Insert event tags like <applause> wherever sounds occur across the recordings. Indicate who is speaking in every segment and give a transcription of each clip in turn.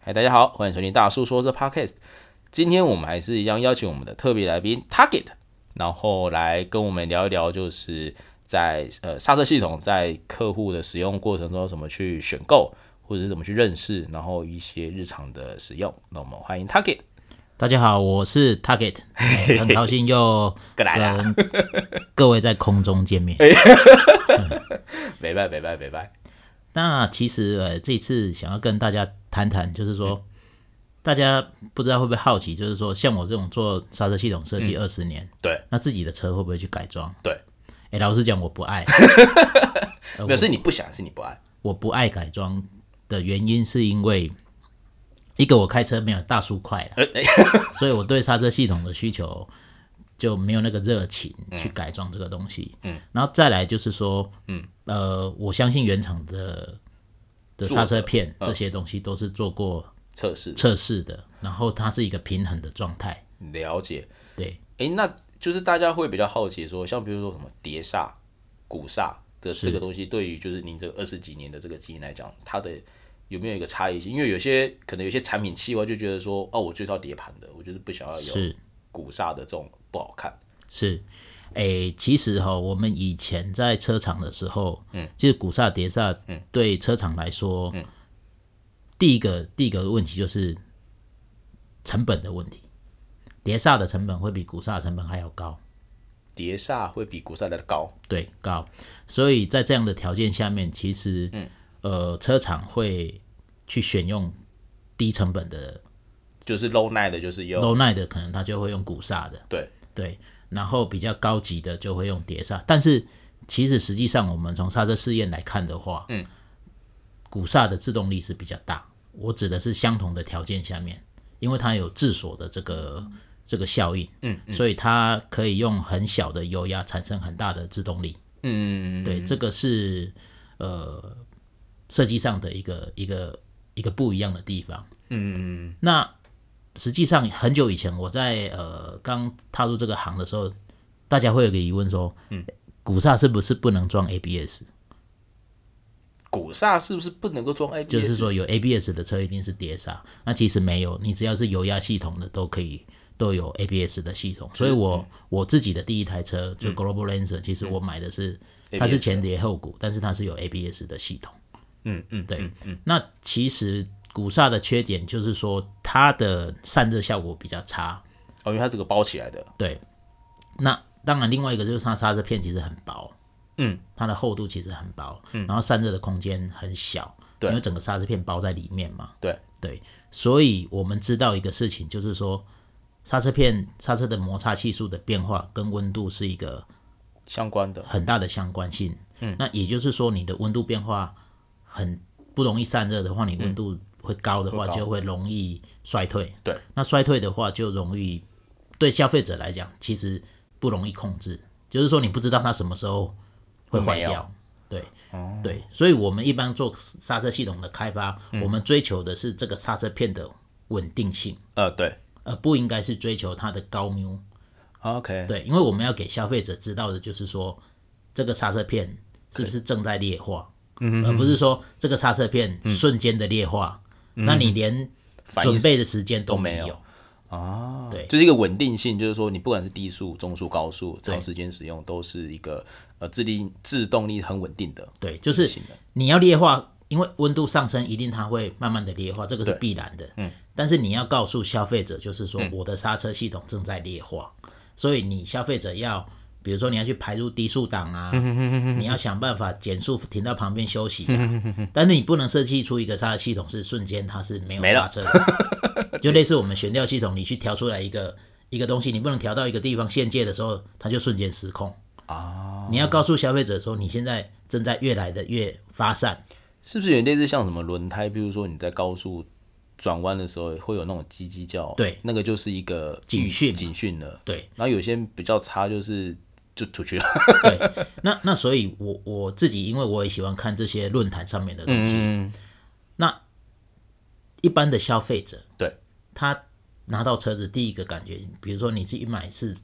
Speaker 1: 嗨，大家好，欢迎收听大叔说这 podcast。今天我们还是一样邀请我们的特别来宾 Target，然后来跟我们聊一聊，就是在呃刹车系统在客户的使用过程中怎么去选购，或者是怎么去认识，然后一些日常的使用。那我们欢迎 Target
Speaker 2: 大家好，我
Speaker 1: <laughs>
Speaker 2: 是 Target，哎、很高兴又
Speaker 1: 过来啦，
Speaker 2: 跟各位在空中见面。
Speaker 1: 拜拜拜拜拜拜。
Speaker 2: 那其实呃，这次想要跟大家谈谈，就是说，大家不知道会不会好奇，就是说，像我这种做刹车系统设
Speaker 1: 嗯
Speaker 2: 计二十年，
Speaker 1: 对，
Speaker 2: 那自己的车会不会去改装？
Speaker 1: 对，
Speaker 2: 哎、老实讲，我不
Speaker 1: <laughs>
Speaker 2: 爱，
Speaker 1: 没有是你不想，是你不爱。
Speaker 2: 我不爱改装的原因是因为，一个我开车没有大叔快了，
Speaker 1: 呃，哎
Speaker 2: 所以我对刹车系统的需求就没有那个热情去改装这个东西。嗯，然后再来就是说，嗯，呃，我相信原厂的的嗯刹车片这些东西都是做过
Speaker 1: 测试
Speaker 2: 测试的，然后它是一个平衡的状态。
Speaker 1: 了解。
Speaker 2: 对，
Speaker 1: 诶，那就是大家会比较好奇说，像比如说什么碟刹、鼓刹的这个东西，对于就是您这个二十几年的这个经验来讲，它的有没有一个差异性？因为有些可能有些产品企划就觉得说，哦，我就是要碟盘的，我就是不想要有
Speaker 2: 是
Speaker 1: 鼓刹的这种不好看。
Speaker 2: 是。诶、其实哈，我们以前在车厂的时候，嗯，就是鼓刹、碟刹，嗯，对车厂来说，嗯，第一个第一个问题就是成本的问题，碟刹的成本会比鼓刹的成本还要高，
Speaker 1: 碟刹会比鼓刹来的高，
Speaker 2: 对，高。所以在这样的条件下面，其实，呃，车厂会去选用低成本的
Speaker 1: 就是 low night 的，就是用
Speaker 2: low night 的，可能他就会用鼓刹的，
Speaker 1: 对
Speaker 2: 对。然后比较高级的就会用碟刹，但是其实实际上我们从刹车试验来看的话，嗯，鼓刹的制动力是比较大。我指的是相同的条件下面，因为它有自锁的这个这个效应，嗯，所以它可以用很小的油压产生很大的制动力。
Speaker 1: 嗯，
Speaker 2: 对，这个是呃设计上的一个一个一个不一样的地方。嗯，那实际上很久以前我在呃刚踏入这个行的时候，大家会有个疑问说，嗯，鼓刹是不是不能装 ABS？
Speaker 1: 鼓刹是不是不能够装 ABS？
Speaker 2: 就是说有 ABS 的车一定是碟刹，那其实没有，你只要是油压系统的都可以都有 ABS 的系统。所以我、
Speaker 1: 嗯
Speaker 2: 我自己的第一台车就 Global Lancer，、其实我买的是、它是前碟后鼓，但是它是有 ABS 的系统。
Speaker 1: 嗯嗯，
Speaker 2: 对，那其实鼓刹的缺点就是说它的散热效果比较差。
Speaker 1: 哦，因为它这个包起来的，
Speaker 2: 对，那当然另外一个就是它刹车片其实很薄，
Speaker 1: 嗯，
Speaker 2: 它的厚度其实很薄，嗯，然后散热的空间很小，
Speaker 1: 对
Speaker 2: 因为整个刹车片包在里面嘛，
Speaker 1: 对
Speaker 2: 对，所以我们知道一个事情，就是说刹车片刹车的摩擦系数的变化跟温度是一个
Speaker 1: 相关的，
Speaker 2: 很大的相关性。嗯，那也就是说，你的温度变化很不容易散热的话，你温度会高的话，
Speaker 1: 会高
Speaker 2: 就会容易衰退。
Speaker 1: 对，
Speaker 2: 那衰退的话，就容易对消费者来讲，其实不容易控制，就是说你不知道它什么时候会坏
Speaker 1: 没
Speaker 2: 掉
Speaker 1: 有。哦
Speaker 2: 对，对，所以我们一般做刹车系统的开发，
Speaker 1: 嗯
Speaker 2: 我们追求的是这个刹车片的稳定性，
Speaker 1: 呃，对
Speaker 2: 而不应该是追求它的高扭
Speaker 1: ，OK，
Speaker 2: 对，因为我们要给消费者知道的就是说，这个刹车片是不是正在劣化，
Speaker 1: 嗯
Speaker 2: 而不是说这个刹车片瞬间的劣化，
Speaker 1: 嗯
Speaker 2: 那你连
Speaker 1: 反应
Speaker 2: 准备的时间都
Speaker 1: 都没
Speaker 2: 没
Speaker 1: 有
Speaker 2: 有。
Speaker 1: 就是一个稳定性，就是说你不管是低速、中速、高速，长时间使用都是一个呃自力制动力很稳定的。
Speaker 2: 对，就是你要劣化，因为温度上升，一定它会慢慢的劣化，这个是
Speaker 1: 对嗯
Speaker 2: 必然的。嗯，但是你要告诉消费者，就是说我的刹车系统正在劣化，所以你消费者要。比如说你要去排入低速档啊，
Speaker 1: 嗯
Speaker 2: 你要想办法减速停到旁边休息啊，但是你不能设计出一个刹车系统是瞬间它是没有
Speaker 1: 没了
Speaker 2: 刹车
Speaker 1: <laughs>
Speaker 2: 的，就类似我们悬吊系统，你去调出来一个一个东西，你不能调到一个地方限界的时候，它就瞬间失控。
Speaker 1: 哦
Speaker 2: 你要告诉消费者说，你现在正在越来的越发散，
Speaker 1: 是不是有点类似像什么轮胎？比如说你在高速转弯的时候会有那种叽叽叫，
Speaker 2: 对
Speaker 1: 那个就是一个
Speaker 2: 警
Speaker 1: 预
Speaker 2: 讯嘛
Speaker 1: 警讯了。
Speaker 2: 对
Speaker 1: 然后有些比较差，就是就出去了。
Speaker 2: 对。那那所以我，我自己因为我也喜欢看这些论坛上面的东西，
Speaker 1: 嗯，
Speaker 2: 一般的消费者
Speaker 1: 对，
Speaker 2: 他拿到车子第一个感觉，比如说你去买是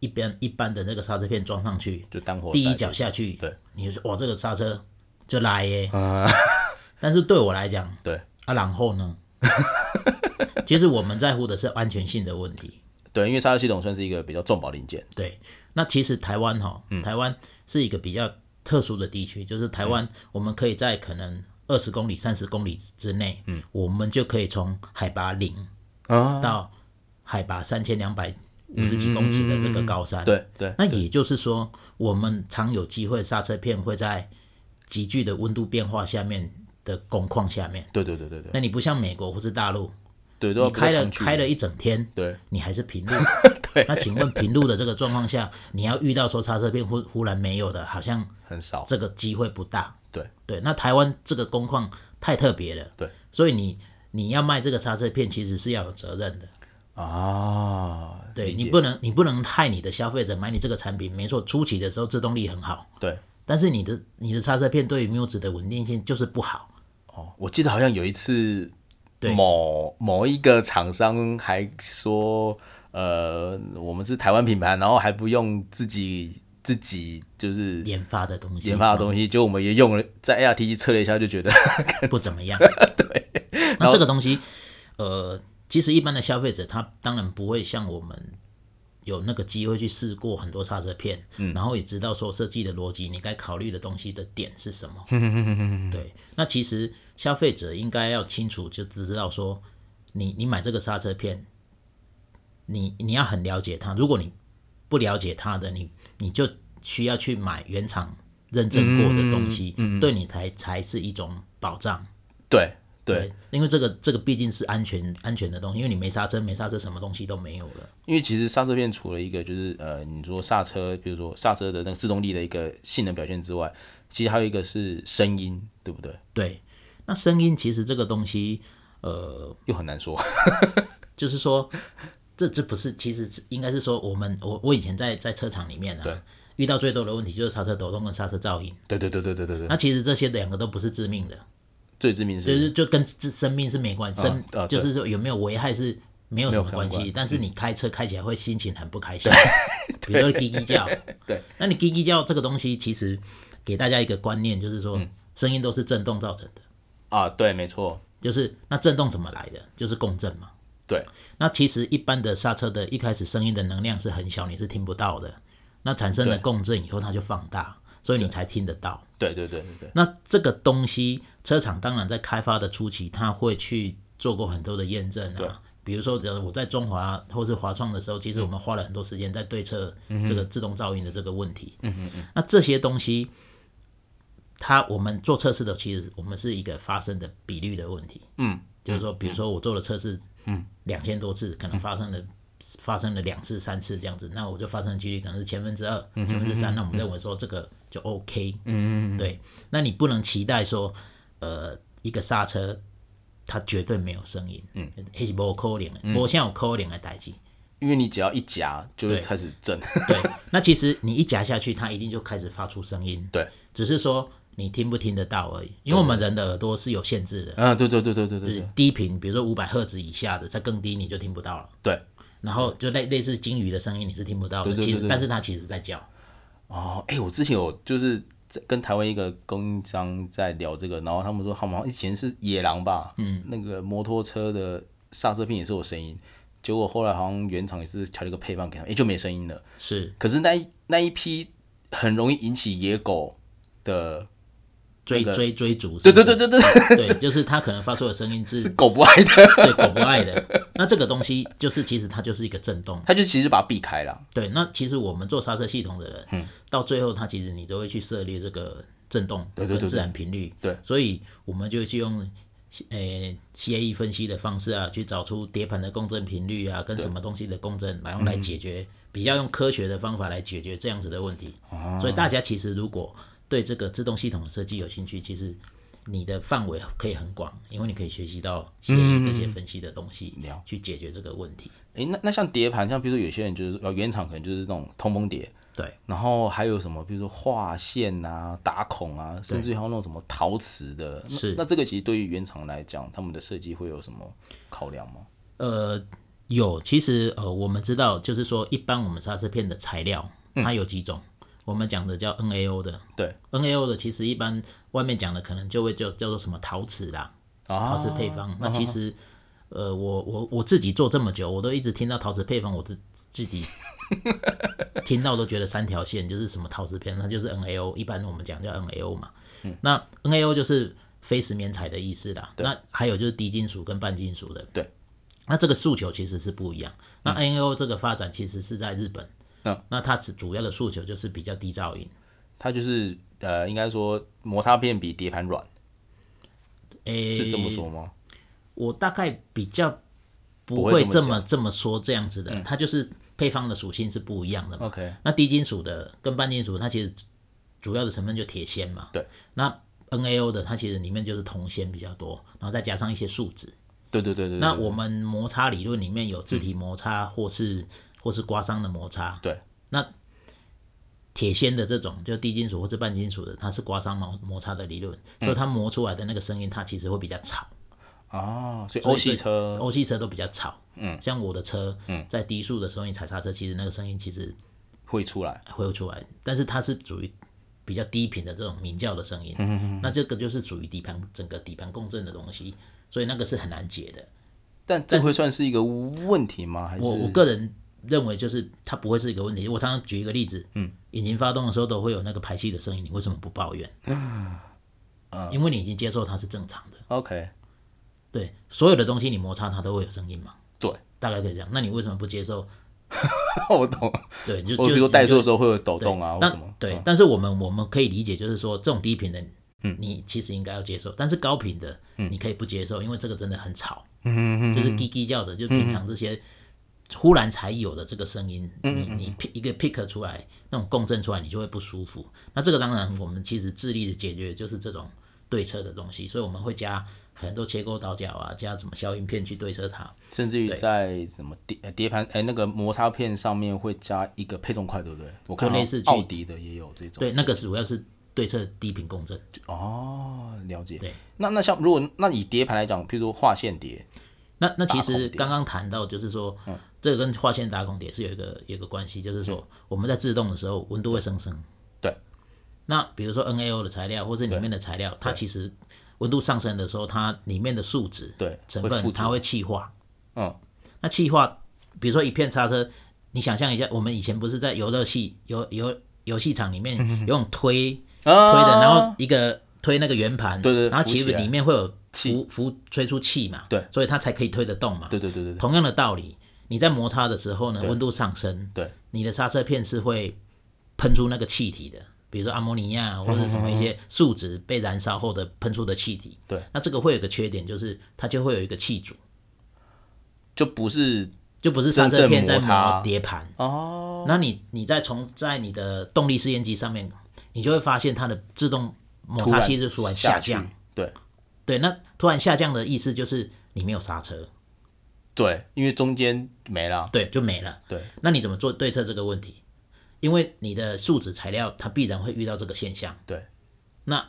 Speaker 2: 一般一般的那个刹车片装上去，
Speaker 1: <laughs> 就单火
Speaker 2: 第一
Speaker 1: 塞
Speaker 2: 脚下去，
Speaker 1: 对，
Speaker 2: 你就说哇
Speaker 1: <laughs>
Speaker 2: 这个刹车就来耶、但是对我来讲，
Speaker 1: 对
Speaker 2: 啊然后呢， <laughs> 其实我们在乎的是安全性的问题。
Speaker 1: 对，因为刹车系统算是一个比较重保零件。
Speaker 2: 对，那其实台湾哈，
Speaker 1: 嗯
Speaker 2: 台湾是一个比较特殊的地区，就是台
Speaker 1: 嗯
Speaker 2: 湾我们可以在可能二十公里、三十公里之内，嗯，我们就可以从海拔零
Speaker 1: 啊
Speaker 2: 到海拔三千两百五十几公尺的这个高山。
Speaker 1: 嗯对对，
Speaker 2: 那也就是说，我们常有机会刹车片会在急剧的温度变化下面的工况下面。
Speaker 1: 对对对对对
Speaker 2: 那你不像美国或是大陆，
Speaker 1: 对，都
Speaker 2: 你
Speaker 1: 要
Speaker 2: 开了
Speaker 1: 长距离
Speaker 2: 开了一整天，
Speaker 1: 对
Speaker 2: 你还是平路。
Speaker 1: <laughs> 对
Speaker 2: 那请问平路的这个状况下，你要遇到说刹车片忽忽然没有的，好像
Speaker 1: 很少。
Speaker 2: 这个机会不大。
Speaker 1: 对
Speaker 2: 对，那台湾这个工况太特别了。
Speaker 1: 对，
Speaker 2: 所以你你要卖这个刹车片，其实是要有责任的。
Speaker 1: 啊，
Speaker 2: 对
Speaker 1: 理
Speaker 2: 你
Speaker 1: 解
Speaker 2: 不能你不能害你的消费者买你这个产品。没错，初期的时候制动力很好，
Speaker 1: 对
Speaker 2: 但是你的你的刹车片对于 Muse 的稳定性就是不好。
Speaker 1: 哦，我记得好像有一次
Speaker 2: 对
Speaker 1: 某某一个厂商还说，呃，我们是台湾品牌，然后还不用自己自己就是
Speaker 2: 研发的东西，
Speaker 1: 研发的东西，就我们也用了，在 ART 测了一下，就觉得 <laughs>
Speaker 2: 不怎么样。对，那这个东西，呃，其实一般的消费者他当然不会像我们有那个机会去试过很多刹车片，然后也知道说设计的逻辑，你该考虑的东西的点是什么。对，那其实消费者应该要清楚，就知道说你你买这个刹车片，你你要很了解它。如果你不了解它的，你你就需要去买原厂认证过的东西，对你才才是一种保障。
Speaker 1: 对对，，
Speaker 2: 因为这个这个毕竟是安全安全的东西，因为你没刹车，没刹车什么东西都没有了。
Speaker 1: 因为其实刹车片除了一个就是呃，你说刹车，比如说刹车的那个制动力的一个性能表现之外，其实还有一个是声音，对不对？
Speaker 2: 对，那声音其实这个东西，呃，
Speaker 1: 又很难说。
Speaker 2: 就是说， <laughs> 这这不是，其实是应该是说我们我我以前在在车厂里面
Speaker 1: 对
Speaker 2: 啊，遇到最多的问题就是刹车抖动跟刹车噪音。
Speaker 1: 对对对对对对对，
Speaker 2: 那其实这些两个都不是致命的，
Speaker 1: 最致命
Speaker 2: 啊就是是就跟这生命是没关系，生、
Speaker 1: 啊对
Speaker 2: 就是说有没有危害是没有什么
Speaker 1: 没
Speaker 2: 关
Speaker 1: 有
Speaker 2: 系
Speaker 1: 相关，
Speaker 2: 但是你开车开起来会心情很不开心，比如说叽叽叫，
Speaker 1: <laughs> 对，
Speaker 2: 那你叽叽叫这个东西，其实给大家一个观念，就是说、
Speaker 1: 嗯
Speaker 2: 声音都是震动造成的，
Speaker 1: 啊，对，没错，
Speaker 2: 就是那震动怎么来的，就是共振嘛。
Speaker 1: 对
Speaker 2: 那其实一般的刹车的一开始声音的能量是很小，你是听不到的，那产生了
Speaker 1: 对
Speaker 2: 共振以后，它就放大，所以你才听得到。
Speaker 1: 对对对对对，
Speaker 2: 那这个东西，车厂当然在开发的初期，他会去做过很多的验证
Speaker 1: 对
Speaker 2: 啊。比如说，呃我在中华或是华创的时候，其实我们花了很多时间在对策
Speaker 1: 嗯
Speaker 2: 这个自动噪音的这个问题。嗯嗯那这些东西，它我们做测试的，其实我们是一个发生的比率的问题。
Speaker 1: 嗯，嗯
Speaker 2: 就是说，比如说我做了测试，嗯，两千多次，可能发生了。发生了两次、三次这样子，那我就发生的几率可能是千分之二、
Speaker 1: 嗯
Speaker 2: 千分之三，那我们认为说这个就 OK，嗯嗯，对。那你不能期待说，呃，一个刹车它绝对没有声音，嗯，那是无可能
Speaker 1: 嗯
Speaker 2: 的，无像有可能的代志。
Speaker 1: 因为你只要一夹就会
Speaker 2: 对
Speaker 1: 开始震， <laughs>
Speaker 2: 对，那其实你一夹下去，它一定就开始发出声音，
Speaker 1: 对，
Speaker 2: 只是说你听不听得到而已，因为我们人的耳朵是有限制的，
Speaker 1: 啊，对对对对对对
Speaker 2: 就是
Speaker 1: 对
Speaker 2: 低频，比如说五百赫兹以下的，再更低你就听不到了。
Speaker 1: 对，
Speaker 2: 然后就类类似鲸鱼的声音你是听不到的，
Speaker 1: 对对对
Speaker 2: 其实
Speaker 1: 对
Speaker 2: 但是它其实在叫，
Speaker 1: 哦，哎，我之前有就是在跟台湾一个供应商在聊这个，然后他们说他们好像以前是野狼吧，嗯，那个摩托车的刹车片也是有声音，结果后来好像原厂也是调了一个配方给他们，哎，就没声音了。
Speaker 2: 是
Speaker 1: 可是那一那一批很容易引起野狗的，
Speaker 2: 追
Speaker 1: 那个
Speaker 2: 追追逐，
Speaker 1: 对对对对对，
Speaker 2: 对对，就是它可能发出的声音是
Speaker 1: 是 <laughs> 狗不爱的，
Speaker 2: 对狗不爱的。那这个东西就是其实它就是一个震动，啊
Speaker 1: 他就其实把它避开了。
Speaker 2: 对，那其实我们做刹车系统的人，
Speaker 1: 嗯
Speaker 2: 到最后他其实你都会去涉猎这个震动
Speaker 1: 对对对
Speaker 2: 跟自然频率，
Speaker 1: 对
Speaker 2: 所以我们就去用呃 CAE 分析的方式啊，去找出碟盘的共振频率啊，跟什么东西的共振，然后
Speaker 1: 嗯
Speaker 2: 来解决、比较用科学的方法来解决这样子的问题。
Speaker 1: 哦
Speaker 2: 所以大家其实如果对这个自动系统的设计有兴趣，其实。你的范围可以很广，因为你可以学习到 CAE 这些分析的东西，
Speaker 1: 嗯了
Speaker 2: 去解决这个问题。
Speaker 1: 诶，那那像碟盘，像比如说有些人就是呃原厂可能就是那种通风碟，
Speaker 2: 对，
Speaker 1: 然后还有什么，比如说划线啊、打孔啊，甚至还有那种什么陶瓷的。那
Speaker 2: 是
Speaker 1: 那这个其实对于原厂来讲，他们的设计会有什么考量吗？
Speaker 2: 呃，有，其实呃，我们知道，就是说，一般我们刹车片的材料，它有几种，我们讲的叫 NAO 的
Speaker 1: 对
Speaker 2: ，NAO 的，其实一般外面讲的可能就会叫叫做什么陶瓷啦，
Speaker 1: 啊
Speaker 2: 陶瓷配方。那其实呃，我我我自己做这么久，我都一直听到陶瓷配方，我自
Speaker 1: <laughs>
Speaker 2: 自己听到都觉得三条线就是什么陶瓷配方，它就是 NAO，一般我们讲叫 NAO 嘛。
Speaker 1: 嗯
Speaker 2: 那 NAO 就是非石棉材的意思啦。那还有就是低金属跟半金属的。
Speaker 1: 对。
Speaker 2: 那这个诉求其实是不一样。那 NAO 这个发展其实是在日本，
Speaker 1: 嗯
Speaker 2: 那它只主要的诉求就是比较低噪音。
Speaker 1: 它就是呃，应该说摩擦片比碟盘软，
Speaker 2: 诶、
Speaker 1: 是这么说吗？
Speaker 2: 我大概比较不
Speaker 1: 会
Speaker 2: 会
Speaker 1: 这
Speaker 2: 这
Speaker 1: 么嗯
Speaker 2: 么这么说这样子的，它就是配方的属性是不一样的嘛。
Speaker 1: OK
Speaker 2: 那低金属的跟半金属，它其实主要的成分就铁锨嘛。
Speaker 1: 对。
Speaker 2: 那 NAO 的它其实里面就是铜锨比较多，然后再加上一些树脂。
Speaker 1: 对对对对对。
Speaker 2: 那我们摩擦理论里面有自体摩擦或是、或是刮伤的摩擦。
Speaker 1: 嗯对。
Speaker 2: 那铁锨的这种就低金属或者半金属的，它是刮伤摩摩擦的理论，
Speaker 1: 嗯
Speaker 2: 所以它磨出来的那个声音，它其实会比较吵。
Speaker 1: 啊，所以欧系车
Speaker 2: 欧系车都比较吵，嗯，像我的车，嗯，在低速的时候你踩刹车，其实那个声音其实
Speaker 1: 会出来，
Speaker 2: 会出来，但是它是属于比较低频的这种鸣叫的声音，嗯那这个就是属于底盘整个底盘共振的东西，所以那个是很难解的。
Speaker 1: 但这会算是一个问题吗？还是
Speaker 2: 我我个人认为就是它不会是一个问题。我常常举一个例子，嗯，引擎发动的时候都会有那个排气的声音，你为什么不抱怨？因为你已经接受它是正常的，
Speaker 1: OK？
Speaker 2: 对，所有的东西你摩擦它都会有声音嘛，
Speaker 1: 对， <laughs>
Speaker 2: 大概可以这样。那你为什么不接受？
Speaker 1: 我懂。
Speaker 2: 对，你就
Speaker 1: <laughs> 我比
Speaker 2: 就
Speaker 1: 如说
Speaker 2: 你
Speaker 1: 代
Speaker 2: 就
Speaker 1: 数的时候会有抖动啊，或
Speaker 2: 但
Speaker 1: 什么。
Speaker 2: 对，但是我们我们可以理解，就是说这种低频的，嗯，你其实应该要接受，但是高频的，
Speaker 1: 嗯
Speaker 2: 你可以不接受，因为这个真的很吵，嗯就是叽叽叫的，就平常这些忽然才有的这个声音，
Speaker 1: 嗯
Speaker 2: 你你 pick 一个 pick 出来，那种共振出来，你就会不舒服。那这个当然，我们其实致力的解决就是这种对车的东西，所以我们会加很多切割刀角啊，加什么消音片去对车它。
Speaker 1: 甚至于在什么碟呃碟盘哎、那个摩擦片上面会加一个配重块，对不对？我看
Speaker 2: 就类似
Speaker 1: 到奥
Speaker 2: 去
Speaker 1: 迪的也有这种。
Speaker 2: 对，那个主要是对车低频共振。
Speaker 1: 哦，了解。
Speaker 2: 对，
Speaker 1: 那那像如果那以碟盘来讲，譬如说划线碟，
Speaker 2: 那那其
Speaker 1: 打孔
Speaker 2: 实
Speaker 1: 碟嗯
Speaker 2: 刚刚谈到，就是说，这个跟划线打孔碟是有一个有一个关系，就是说我们在制动的时候温度会上升。
Speaker 1: 对。
Speaker 2: 那比如说 NAO 的材料或是里面的材料，它其实温度上升的时候，它里面的树脂
Speaker 1: 对
Speaker 2: 成
Speaker 1: 会附
Speaker 2: 分
Speaker 1: 着
Speaker 2: 它会气化。
Speaker 1: 嗯。
Speaker 2: 那气化，比如说一片刹车，你想象一下，我们以前不是在游乐器游游游戏场里面有种推
Speaker 1: 嗯啊，
Speaker 2: 推的，然后一个推那个圆盘，
Speaker 1: 对对
Speaker 2: 然后其
Speaker 1: 浮
Speaker 2: 实
Speaker 1: 起来
Speaker 2: 里面会有浮浮吹出气嘛，
Speaker 1: 对，
Speaker 2: 所以它才可以推得动嘛。
Speaker 1: 对对对对对，
Speaker 2: 同样的道理，你在摩擦的时候呢，温度上升，
Speaker 1: 对，
Speaker 2: 你的刹车片是会喷出那个气体的，比如说阿摩尼
Speaker 1: 嗯
Speaker 2: 亚啊或者什么一些树脂被燃烧后的喷出的气体。
Speaker 1: 对，
Speaker 2: 那这个会有一个缺点，就是它就会有一个气阻，
Speaker 1: 就不是
Speaker 2: 就不是刹车片在
Speaker 1: 真正摩
Speaker 2: 磨
Speaker 1: 擦
Speaker 2: 碟盘。
Speaker 1: 哦，
Speaker 2: 那你你再从在你的动力试验机上面，你就会发现它的自动摩
Speaker 1: 突
Speaker 2: 擦
Speaker 1: 然
Speaker 2: 系数突然下降。
Speaker 1: 去，对
Speaker 2: 对，那突然下降的意思就是你没有刹车，
Speaker 1: 对，因为中间没了，
Speaker 2: 对，就没了。
Speaker 1: 对，
Speaker 2: 那你怎么做对策这个问题？因为你的树脂材料它必然会遇到这个现象，
Speaker 1: 对
Speaker 2: 那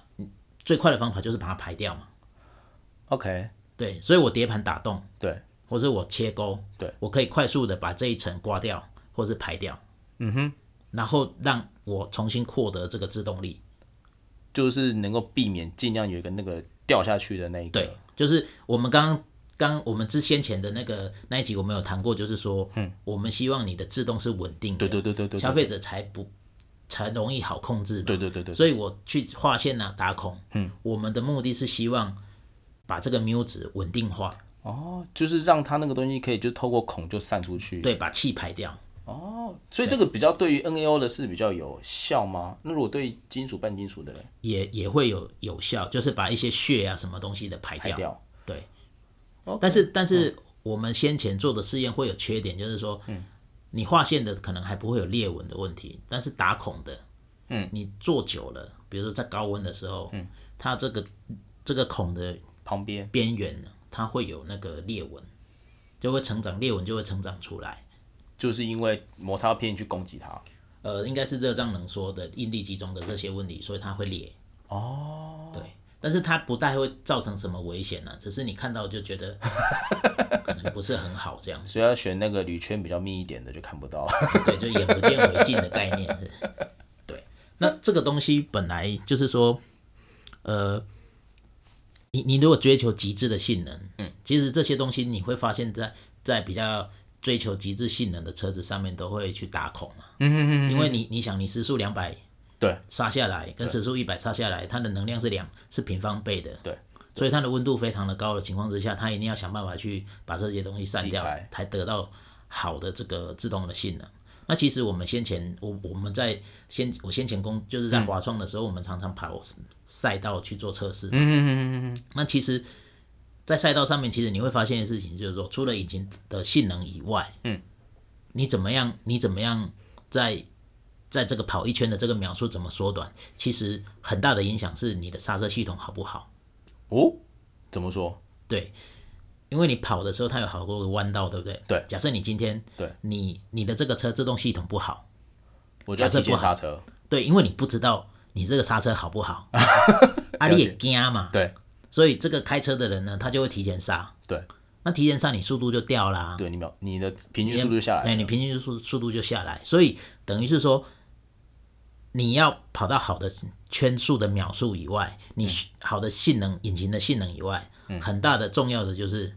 Speaker 2: 最快的方法就是把它排掉嘛。
Speaker 1: ，OK，
Speaker 2: 对，所以我碟盘打洞，
Speaker 1: 对，
Speaker 2: 或者我切钩，
Speaker 1: 对
Speaker 2: 我可以快速的把这一层刮掉，或是排掉，嗯哼，然后让我重新获得这个制动力。
Speaker 1: 就是能够避免尽量有一个那个掉下去的那一个，
Speaker 2: 对，就是我们刚刚刚我们之先前的那个那一集我们有谈过，就是说，嗯，我们希望你的制动是稳定的，
Speaker 1: 对对对对对，
Speaker 2: 消费者才不才容易好控制嘛。
Speaker 1: 对对对对，
Speaker 2: 所以我去划线啊，打孔，嗯，我们的目的是希望把这个 mu 值稳定化，
Speaker 1: 哦，就是让它那个东西可以就透过孔就散出去，
Speaker 2: 对，把气排掉。
Speaker 1: 所以这个比较对于 NAO 的是比较有效吗？那如果对金属半金属的嘞
Speaker 2: 也也会有有效，就是把一些血啊什么东西的排
Speaker 1: 排
Speaker 2: 掉。
Speaker 1: 掉，
Speaker 2: 对，但是但是我们先前做的试验会有缺点，就是说，嗯，你划线的可能还不会有裂纹的问题，但是打孔的，嗯，你做久了，比如说在高温的时候，嗯，它这个这个孔的
Speaker 1: 旁边
Speaker 2: 边缘呢，它会有那个裂纹，就会成长，裂纹就会成长出来。
Speaker 1: 就是因为摩擦片去攻击它，
Speaker 2: 呃，应该是热胀冷缩的应力集中的这些问题，所以它会裂。哦，对，但是它不太会造成什么危险呢、只是你看到就觉得可能不是很好这样子，
Speaker 1: 所以要选那个铝圈比较密一点的就看不
Speaker 2: <laughs>
Speaker 1: 到。
Speaker 2: 对，就眼不见为净的概念是。对，那这个东西本来就是说，呃，你你如果追求极致的性能，嗯，其实这些东西你会发现在在比较追求极致性能的车子上面都会去打孔啊，嗯嗯嗯，因为你你想你时速两百
Speaker 1: 对
Speaker 2: 杀下来，跟时速一百杀下来，它的能量是两是平方倍的，
Speaker 1: 对，
Speaker 2: 所以它的温度非常的高的情况之下，它一定要想办法去把这些东西散掉
Speaker 1: 避开，
Speaker 2: 才得到好的这个自动的性能。那其实我们先前，我我们在先我先前工就是
Speaker 1: 嗯
Speaker 2: 在华创的时候，我们常常跑赛道去做测试。嗯嗯嗯嗯。那其实，在赛道上面，其实你会发现的事情就是说，除了引擎的性能以外，嗯，你怎么样？你怎么样在在这个跑一圈的这个秒数怎么缩短？其实很大的影响是你的刹车系统好不好。
Speaker 1: 哦，怎么说？
Speaker 2: 对，因为你跑的时候它有好多个弯道，对不对？
Speaker 1: 对
Speaker 2: 假设你今天
Speaker 1: 对
Speaker 2: 你你的这个车制动系统不好，
Speaker 1: 我就要
Speaker 2: 刹车
Speaker 1: 提前
Speaker 2: 不好
Speaker 1: 刹车，
Speaker 2: 对，因为你不知道你这个刹车好
Speaker 1: <laughs>
Speaker 2: 不好，啊，
Speaker 1: 了
Speaker 2: 你
Speaker 1: 解
Speaker 2: 也惊嘛，
Speaker 1: 对
Speaker 2: 所以这个开车的人呢，他就会提前刹，
Speaker 1: 对
Speaker 2: 那提前刹你速度就掉啦，
Speaker 1: 对，你秒你的平均速度就下来
Speaker 2: 对，
Speaker 1: 了，
Speaker 2: 你平均速速度就下来，所以等于是说，你要跑到好的圈数的秒数以外，你
Speaker 1: 嗯
Speaker 2: 好的性能、引擎的性能以外，很大的重要的就是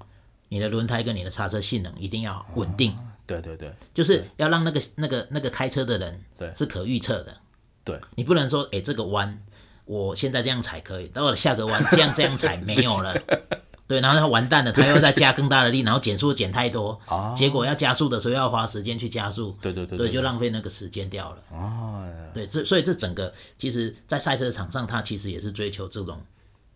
Speaker 2: 你的轮胎跟你的刹车性能一定要稳定，
Speaker 1: 对对对
Speaker 2: 就是要让那个那个那个开车的人
Speaker 1: 对
Speaker 2: 是可预测的，
Speaker 1: 对，
Speaker 2: 你不能说诶这个弯我现在这样踩可以，到了下个弯这样这样踩没有了。对，然后他完蛋了，他又再加更大的力，然后减速减太多，结果要加速的时候要花时间去加速，
Speaker 1: 哦对对对
Speaker 2: 对，
Speaker 1: 对，
Speaker 2: 就浪费那个时间掉了。
Speaker 1: 啊，
Speaker 2: 对，这所以这整个其实，在赛车场上，它其实也是追求这种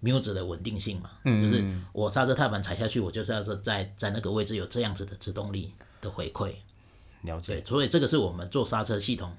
Speaker 2: muse 的稳定性嘛，
Speaker 1: 嗯
Speaker 2: 就是我刹车踏板踩下去，我就是要是在在那个位置有这样子的制动力的回馈。
Speaker 1: 了解
Speaker 2: 对，所以这个是我们做刹车系统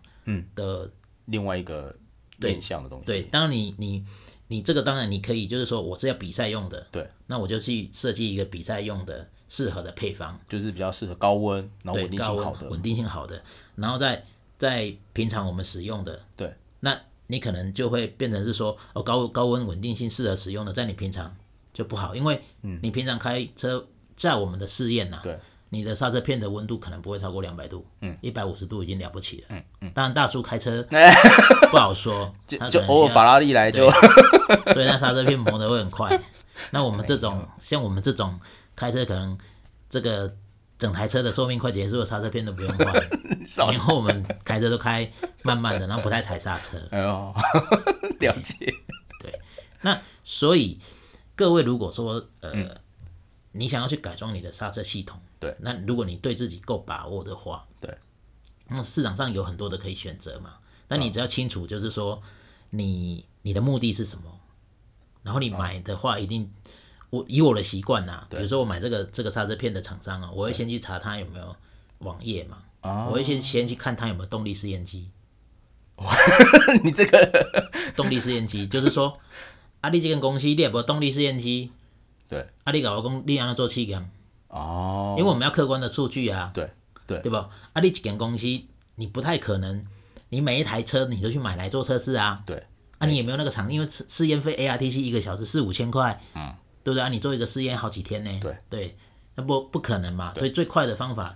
Speaker 2: 的
Speaker 1: 另外一个面向的东西，
Speaker 2: 对，当然你你你这个当然你可以，就是说我是要比赛用的，
Speaker 1: 对，
Speaker 2: 那我就去设计一个比赛用的适合的配方，
Speaker 1: 就是比较适合高温，然后
Speaker 2: 对，
Speaker 1: 稳定
Speaker 2: 高
Speaker 1: 性
Speaker 2: 温
Speaker 1: 好的，
Speaker 2: 稳定性好的，然后在在平常我们使用的，
Speaker 1: 对，
Speaker 2: 那你可能就会变成是说哦高高温稳定性适合使用的，在你平常就不好，因为你平常开车在我们的试验呐、
Speaker 1: 嗯对。
Speaker 2: 你的刹车片的温度可能不会超过两百度，嗯，一百五十度已经了不起了，嗯嗯。当然，大叔
Speaker 1: <laughs>
Speaker 2: 开车不好说，他
Speaker 1: 就
Speaker 2: 可能
Speaker 1: 偶尔
Speaker 2: 现在
Speaker 1: 法拉利来就
Speaker 2: 所以那刹车片磨得会很快。那我们这种像我们这种开车，可能这个整台车的寿命快结束了，刹车片都不用换，
Speaker 1: 少
Speaker 2: 因为我们开车都开慢慢的，然后不太踩刹车。
Speaker 1: <laughs> 哎呦， <laughs> 了解， <laughs>
Speaker 2: 那所以各位如果说呃，你想要去改装你的刹车系统，
Speaker 1: 嗯对，
Speaker 2: 那如果你对自己够把握的话，
Speaker 1: 对，
Speaker 2: 那市场上有很多的可以选择嘛。那
Speaker 1: 嗯
Speaker 2: 你只要清楚，就是说你你的目的是什么，
Speaker 1: 嗯
Speaker 2: 然后你买的话一定。我以我的习惯呐，比如说我买这个这个刹车片的厂商啊，我会先去查它有没有网页嘛，
Speaker 1: 啊
Speaker 2: 我会先先去看它有没有动力试验机，
Speaker 1: 你这个
Speaker 2: 动力试验机，就是说，啊，你这间公司你也无动力试验机，
Speaker 1: 对，
Speaker 2: 啊，你甲我讲你安怎做试验，
Speaker 1: <laughs> 哦，
Speaker 2: 因为我们要客观的数据啊，
Speaker 1: 对对
Speaker 2: 对吧？啊，你一间公司你不太可能，你每一台车你都去买来做测试啊，
Speaker 1: 对，
Speaker 2: 啊，你也没有那个场地，因为试试验费 ARTC 一个小时四五千块，嗯，对不对？啊，你做一个试验好几天呢，
Speaker 1: 对
Speaker 2: 对，那不不可能嘛，所以最快的方法，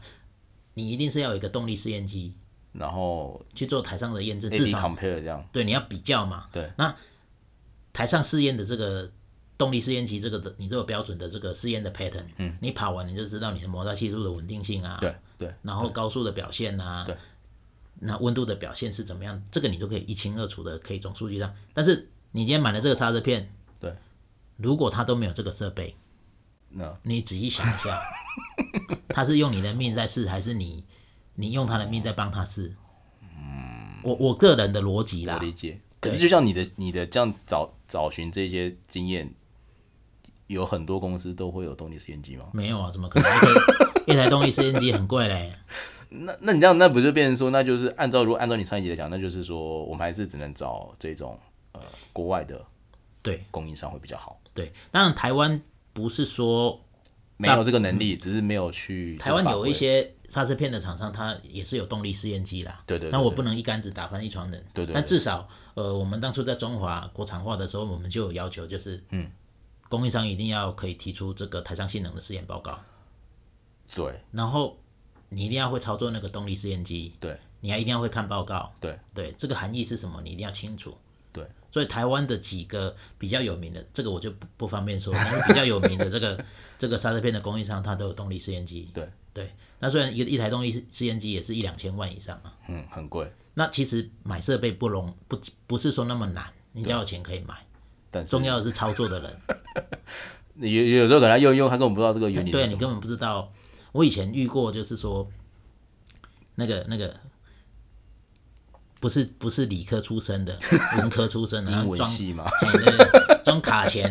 Speaker 2: 你一定是要有一个动力试验机
Speaker 1: 然后
Speaker 2: 去做台上的验证，
Speaker 1: A
Speaker 2: 至
Speaker 1: B
Speaker 2: 少
Speaker 1: compare 这样，
Speaker 2: 对，你要比较嘛。
Speaker 1: 对，
Speaker 2: 那台上试验的这个动力试验机，这个的你这个标准的这个试验的 pattern，嗯，你跑完你就知道你的摩擦系数的稳定性啊，
Speaker 1: 对对
Speaker 2: 然后高速的表现啊，
Speaker 1: 对，
Speaker 2: 那温度的表现是怎么样，这个你都可以一清二楚的，可以从数据上。但是你今天买了这个刹车片，
Speaker 1: 对，
Speaker 2: 如果它都没有这个设备，
Speaker 1: 那
Speaker 2: 你仔细想一下，他是用你的命在试，还是你你用他的命在帮他试？嗯，我我个人的逻辑啦，
Speaker 1: 我理解。可是就像你的你的这样找找寻这些经验，有很多公司都会有动力实验机吗？
Speaker 2: 没有啊，怎么可能？一台 <laughs> 一台动力试验机很贵嘞，
Speaker 1: 那那你这样，那不就变成说，那就是按照如果按照你上一集来讲，那就是说我们还是只能找这种呃国外的
Speaker 2: 对
Speaker 1: 供应商会比较好。
Speaker 2: 对。当然，台湾不是说
Speaker 1: 没有这个能力，只是没有去
Speaker 2: 台湾
Speaker 1: 这个
Speaker 2: 有
Speaker 1: 法规
Speaker 2: 一些刹车片的厂商，它也是有动力试验机啦。
Speaker 1: 对对对
Speaker 2: 那我
Speaker 1: 对
Speaker 2: 不能一竿子打翻一船人。
Speaker 1: 对对对
Speaker 2: 但至少，呃，我们当初在中华国产化的时候，我们就有要求，就是嗯，供应商一定要可以提出这个台上性能的试验报告，
Speaker 1: 对
Speaker 2: 然后你一定要会操作那个动力试验机，
Speaker 1: 对
Speaker 2: 你还一定要会看报告。
Speaker 1: 对
Speaker 2: 对，这个含义是什么，你一定要清楚。
Speaker 1: 对，
Speaker 2: 所以台湾的几个比较有名的，这个我就不不方便说，但是比较有名的这个 <laughs> 这个刹车片的供应商，它都有动力试验机。
Speaker 1: 对
Speaker 2: 对，那虽然一一台动力试验机也是一两千万以上嘛，
Speaker 1: 嗯，很贵，
Speaker 2: 那其实买设备不容不不是说那么难，你只要有钱可以买，
Speaker 1: 但是
Speaker 2: 重要的是操作的人。
Speaker 1: 有有时候可能他用一用，他根本不知道这个原理
Speaker 2: 对啊
Speaker 1: 是
Speaker 2: 你
Speaker 1: 什么。
Speaker 2: 根本不知道。我以前遇过，就是说，那个那个，不是不是理科出身的，文科出身的，然
Speaker 1: <laughs> 英
Speaker 2: 后
Speaker 1: 文
Speaker 2: 装
Speaker 1: 系嘛，
Speaker 2: 嘿对对装卡钳，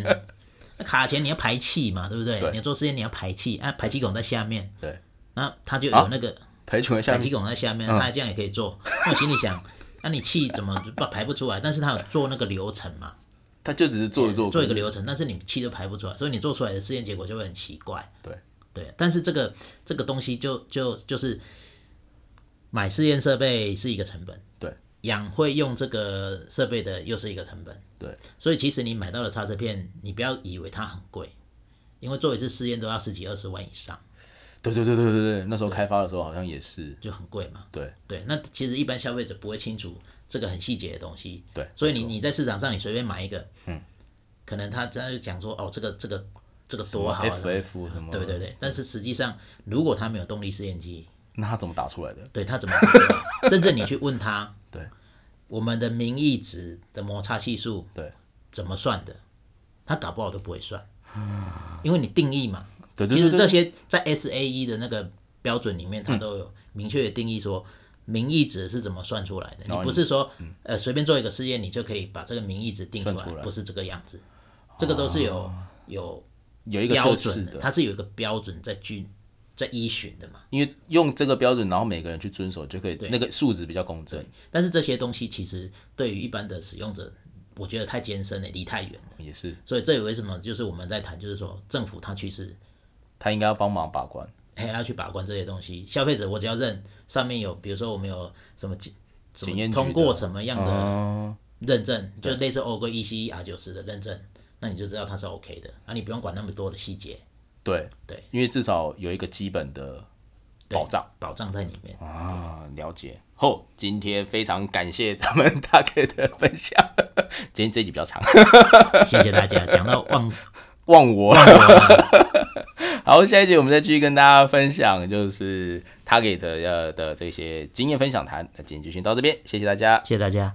Speaker 2: 那卡钳你要排气嘛，对不对？
Speaker 1: 对
Speaker 2: 你要做实验你要排气，啊，排气孔在下面，
Speaker 1: 对，
Speaker 2: 那它就
Speaker 1: 啊
Speaker 2: 有那个
Speaker 1: 培群一下嗯
Speaker 2: 排，气孔在下面，它这样也可以做。那我心里想，那你气怎么不排不出来？但是它有做那个流程嘛，
Speaker 1: 他就只是做一做，
Speaker 2: 做一个流程，但是你气都排不出来，所以你做出来的试验结果就会很奇怪。
Speaker 1: 对
Speaker 2: 对，但是这个这个东西就就就是买试验设备是一个成本，
Speaker 1: 对，
Speaker 2: 养会用这个设备的又是一个成本，
Speaker 1: 对，
Speaker 2: 所以其实你买到的刹车片，你不要以为它很贵，因为做一次试验都要十几二十万以上，
Speaker 1: 对对对对对对，那时候开发的时候好像也是，
Speaker 2: 就很贵嘛。
Speaker 1: 对
Speaker 2: 对，那其实一般消费者不会清楚这个很细节的东西，
Speaker 1: 对，
Speaker 2: 所以
Speaker 1: 没
Speaker 2: 你
Speaker 1: 错
Speaker 2: 你在市场上你随便买一个，嗯，可能他他就讲说哦，这个这个这个多好啊，
Speaker 1: FF 什么，
Speaker 2: 对对，对，但是实际上如果他没有动力试验机，
Speaker 1: 那他怎么打出来的？
Speaker 2: 对他怎么知
Speaker 1: <laughs>
Speaker 2: 道甚至你去问他，
Speaker 1: 对，
Speaker 2: 我们的名义值的摩擦系数
Speaker 1: 对
Speaker 2: 怎么算的，他搞不好都不会算，因为你定义嘛，
Speaker 1: 对对
Speaker 2: 其
Speaker 1: 对
Speaker 2: 实
Speaker 1: 对，
Speaker 2: 这些在 SAE 的那个标准里面，它都有明确的定义说。名义值是怎么算出来的？你
Speaker 1: 后
Speaker 2: 不是说，
Speaker 1: 嗯
Speaker 2: 呃，随便做一个试验，你就可以把这个名义值定出
Speaker 1: 算出来
Speaker 2: 来，不是这个样子。这个都是有
Speaker 1: 嗯
Speaker 2: 有
Speaker 1: 哦有一个
Speaker 2: 标
Speaker 1: 测试
Speaker 2: 准的，
Speaker 1: 的，
Speaker 2: 它是有一个标准在均在依循的嘛。
Speaker 1: 因为用这个标准，然后每个人去遵守，就可以那个数值比较公正，
Speaker 2: 但是这些东西其实对于一般的使用者，我觉得太艰深了，离太远了。
Speaker 1: 也是
Speaker 2: 所以这也为什么就是我们在谈，就是说政府它其实
Speaker 1: 他应该要帮忙把关。
Speaker 2: 还要去把关这些东西。消费者我只要认上面有，比如说我们有什么检什
Speaker 1: 检验
Speaker 2: 么
Speaker 1: 局的
Speaker 2: 嗯通过什么样的
Speaker 1: 嗯，
Speaker 2: 认证，就类似欧规 EC R 啊九十的认证，那你就知道它是 OK 的，啊那你不用管那么多的细节。
Speaker 1: 对
Speaker 2: 对，
Speaker 1: 因为至少有一个基本的保障。
Speaker 2: 保障在里面。
Speaker 1: 啊，了解。后今天非常感谢咱们大 K 的分享， <laughs> 今天这集比较长，
Speaker 2: 谢谢大家，讲到忘
Speaker 1: 忘我。
Speaker 2: 忘我了。
Speaker 1: <laughs> 好，下一集我们再继续跟大家分享，就是呃 Target 的的这些经验分享谈。那今天就先到这边，谢谢大家。
Speaker 2: 谢谢大家。